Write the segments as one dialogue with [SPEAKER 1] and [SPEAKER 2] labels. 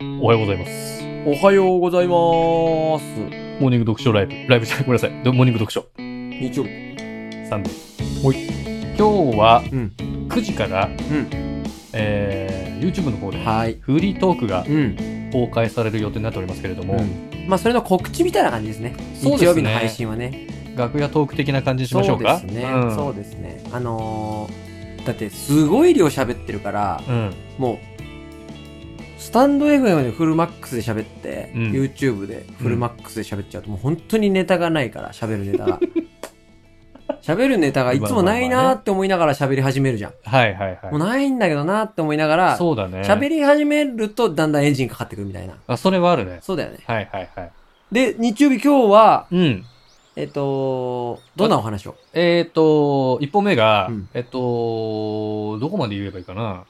[SPEAKER 1] おはようございます。
[SPEAKER 2] おはようございます。
[SPEAKER 1] モーニング読書ライブ。ライブじゃない、ごめんなさい。どモーニング読書。
[SPEAKER 2] 日曜日。
[SPEAKER 1] サンデー。はい。今日は
[SPEAKER 2] うん。
[SPEAKER 1] 9時から、
[SPEAKER 2] ん
[SPEAKER 1] えー YouTube の方で、
[SPEAKER 2] はい。
[SPEAKER 1] フリートークが
[SPEAKER 2] うん。
[SPEAKER 1] 公開される予定になっておりますけれども、
[SPEAKER 2] まあ、それの告知みたいな感じですね。
[SPEAKER 1] そうですね
[SPEAKER 2] 日曜日の配信はね。
[SPEAKER 1] 楽屋トーク的な感じにしましょうか。
[SPEAKER 2] そうですね。
[SPEAKER 1] うん、
[SPEAKER 2] そうですね。あのーだって、すごい量喋ってるから、
[SPEAKER 1] うん。
[SPEAKER 2] もう、スタンド FM でフルマックスで喋って、
[SPEAKER 1] うん
[SPEAKER 2] YouTube でフルマックスで喋っちゃうと、もう本当にネタがないから、喋るネタ が。喋るネタがいつもないなーって思いながら喋り始めるじゃん。
[SPEAKER 1] はいはいは
[SPEAKER 2] もうないんだけどなーって思いなが
[SPEAKER 1] い。
[SPEAKER 2] ら、
[SPEAKER 1] そうだね。
[SPEAKER 2] 喋り始めるとだんだんエンジンかかってくるみたいな。
[SPEAKER 1] あ、それはあるね。
[SPEAKER 2] そうだよね。
[SPEAKER 1] はいはいはい。
[SPEAKER 2] で、日曜日今日は、
[SPEAKER 1] うん。
[SPEAKER 2] えっと、どんなお話を
[SPEAKER 1] えっ、ー、と、一本目が、
[SPEAKER 2] うん
[SPEAKER 1] えっと、どこまで言えばいいかな。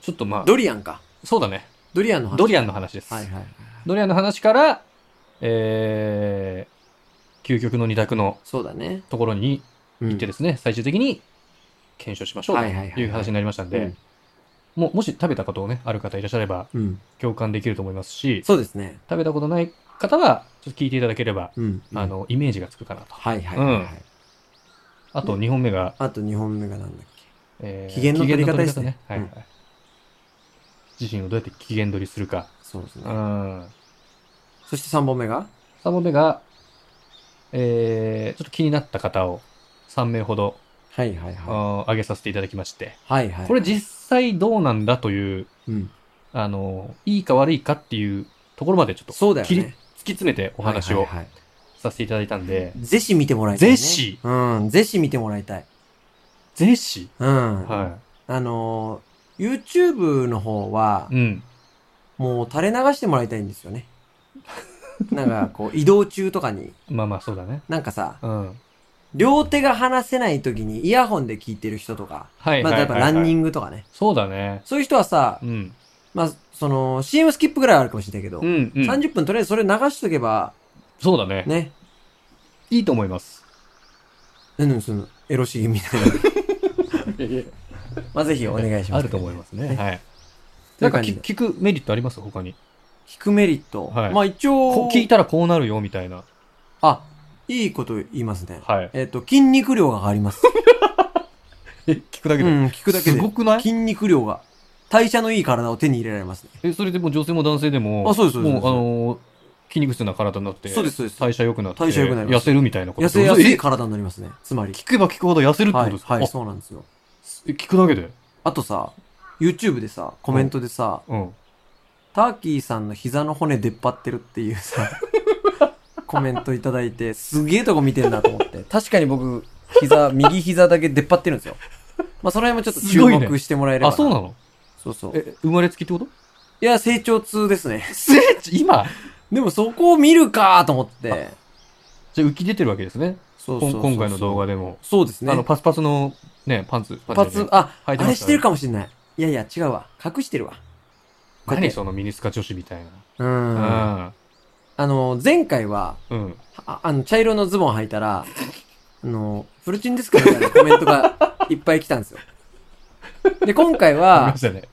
[SPEAKER 1] ちょっとまあ、
[SPEAKER 2] ドリアンか。
[SPEAKER 1] そうだね。
[SPEAKER 2] ドリアンの話。
[SPEAKER 1] ドリアンの話です。
[SPEAKER 2] はいはい。
[SPEAKER 1] ドリアンの話から、えー、究極の二択の
[SPEAKER 2] そうだね。
[SPEAKER 1] ところに
[SPEAKER 2] うん
[SPEAKER 1] 行ってですね、最終的に検証しましょうと
[SPEAKER 2] はいはいはいはい
[SPEAKER 1] いう話になりましたんで、もうもし食べたことをね、ある方いらっしゃれば
[SPEAKER 2] うん。うん。
[SPEAKER 1] 共感できると思いますし、
[SPEAKER 2] そうですね。
[SPEAKER 1] 食べたことない方は、ちょっと聞いていただければ、
[SPEAKER 2] うん。
[SPEAKER 1] あ、の、イメージがつくかなと。
[SPEAKER 2] はいはいはいはい。
[SPEAKER 1] うんあと、二本目が、
[SPEAKER 2] あと2本目がなんだっ
[SPEAKER 1] えー
[SPEAKER 2] 機嫌の取り方ですね
[SPEAKER 1] 機嫌の取り方はいはい自身をどうやって機嫌取りするか
[SPEAKER 2] け。。そうです
[SPEAKER 1] う
[SPEAKER 2] ね。
[SPEAKER 1] ん。
[SPEAKER 2] そして3本目が
[SPEAKER 1] 3本目が、えー、ちょっと気になった方を3名ほど
[SPEAKER 2] はいはいは
[SPEAKER 1] あー上げさせていただきまして、
[SPEAKER 2] い。はいはい。
[SPEAKER 1] これ、実際どうなんだという、
[SPEAKER 2] うん。
[SPEAKER 1] あの、いいか悪いかっていうところまでちょっと
[SPEAKER 2] そうだよ
[SPEAKER 1] 切り
[SPEAKER 2] ね。
[SPEAKER 1] 突き詰めてお話
[SPEAKER 2] は
[SPEAKER 1] を
[SPEAKER 2] いはいはい
[SPEAKER 1] させていただいたんで、
[SPEAKER 2] ぜひ見てもらいたいね。
[SPEAKER 1] ぜひ
[SPEAKER 2] うん。ぜひ見てもらいたい。
[SPEAKER 1] ぜひ、
[SPEAKER 2] うん。
[SPEAKER 1] は
[SPEAKER 2] あのー、YouTube の方は
[SPEAKER 1] いう、ん、
[SPEAKER 2] もう垂れ流してもらいたいんですよね。なんかこう移動中とかに、
[SPEAKER 1] まあまあそうだね。
[SPEAKER 2] なんかさ、
[SPEAKER 1] うん。
[SPEAKER 2] 両手が離せない時にイヤホンで聞いてる人とか、
[SPEAKER 1] はいはい
[SPEAKER 2] まあ
[SPEAKER 1] はい、
[SPEAKER 2] やっぱランニ
[SPEAKER 1] グ。
[SPEAKER 2] ングとかね。
[SPEAKER 1] そうだね。
[SPEAKER 2] そういう人はさ
[SPEAKER 1] う、ん。
[SPEAKER 2] まあその CM スキップぐらいはあるかもしれないけど
[SPEAKER 1] う、ん、うん。
[SPEAKER 2] 30分とりあえずそれ流しとけば、
[SPEAKER 1] そうだね。
[SPEAKER 2] ね、
[SPEAKER 1] いいと思い ます。
[SPEAKER 2] うん、その、エロシーみたいな。 まあぜひお願いします。
[SPEAKER 1] あると思いますね。
[SPEAKER 2] ね
[SPEAKER 1] はい。
[SPEAKER 2] と
[SPEAKER 1] な
[SPEAKER 2] い
[SPEAKER 1] ん
[SPEAKER 2] う
[SPEAKER 1] か
[SPEAKER 2] 感じ
[SPEAKER 1] 聞
[SPEAKER 2] で。
[SPEAKER 1] 聞くメリットあります他に。
[SPEAKER 2] 聞くメリット。
[SPEAKER 1] はい
[SPEAKER 2] まあ一
[SPEAKER 1] こ
[SPEAKER 2] 応、
[SPEAKER 1] 聞いたらこうなるよみたいな。
[SPEAKER 2] あ、いいこと言いますね。
[SPEAKER 1] はい。
[SPEAKER 2] えっと、筋肉量が上がります。
[SPEAKER 1] え、聞くだ
[SPEAKER 2] う
[SPEAKER 1] けで。
[SPEAKER 2] ん、聞くだけです
[SPEAKER 1] ご。くない
[SPEAKER 2] 筋肉量が、代謝のいい体を手に入れられますね。
[SPEAKER 1] え、それでもう女性も男性でも、
[SPEAKER 2] あそうですそうです
[SPEAKER 1] もう、あのー筋肉質な体になって、
[SPEAKER 2] そうですそうです
[SPEAKER 1] 代謝良くなって、
[SPEAKER 2] 代謝良くなります
[SPEAKER 1] 痩せるみたいなこと。
[SPEAKER 2] 痩せやす
[SPEAKER 1] え
[SPEAKER 2] い体になりますね。つまり。
[SPEAKER 1] 聞けば聞くほど痩せるってこ
[SPEAKER 2] は
[SPEAKER 1] と
[SPEAKER 2] い、
[SPEAKER 1] ですか、
[SPEAKER 2] はい、
[SPEAKER 1] あ
[SPEAKER 2] そうなんですよ。
[SPEAKER 1] え聞くだけで。
[SPEAKER 2] あとさ、YouTube でさ、コメントでさ、
[SPEAKER 1] うん。
[SPEAKER 2] ターキーさんの膝の骨出っ張ってるっていう さ、コメントいただいて、すげえとこ見てんなと思って。確かに僕、膝、右膝だけ出っ張ってるんですよ。まあ、その辺もちょっと
[SPEAKER 1] す
[SPEAKER 2] 注
[SPEAKER 1] ごいね
[SPEAKER 2] 目してもらえれば、
[SPEAKER 1] あ、そうな
[SPEAKER 2] の
[SPEAKER 1] の
[SPEAKER 2] そうそう。
[SPEAKER 1] え、生まれつきってこと
[SPEAKER 2] いや、成長痛ですね。
[SPEAKER 1] 今
[SPEAKER 2] でもそこを見るかと思って。
[SPEAKER 1] じゃあ浮き出てるわけですね。
[SPEAKER 2] そ
[SPEAKER 1] こ
[SPEAKER 2] うそうんそう
[SPEAKER 1] 今回の動画でも。
[SPEAKER 2] そうですね。
[SPEAKER 1] あの、パスパスの、ね、パンツ。
[SPEAKER 2] パ
[SPEAKER 1] じゃ
[SPEAKER 2] ツ
[SPEAKER 1] ね、
[SPEAKER 2] あ、
[SPEAKER 1] 履
[SPEAKER 2] あ
[SPEAKER 1] いてま
[SPEAKER 2] れ
[SPEAKER 1] した
[SPEAKER 2] してるかもしれない。いやいや、違うわ。隠してるわ。こうやって
[SPEAKER 1] 何そのミニスカ女子みたいな。
[SPEAKER 2] う。
[SPEAKER 1] うんん。
[SPEAKER 2] あの、前回は、
[SPEAKER 1] うん。
[SPEAKER 2] ああの、茶色のズボン履いたら、 あの、フルチンですかみたいなコメントがいっぱい来たんですよ。で、今
[SPEAKER 1] あ
[SPEAKER 2] 回
[SPEAKER 1] りま
[SPEAKER 2] は
[SPEAKER 1] し、たね。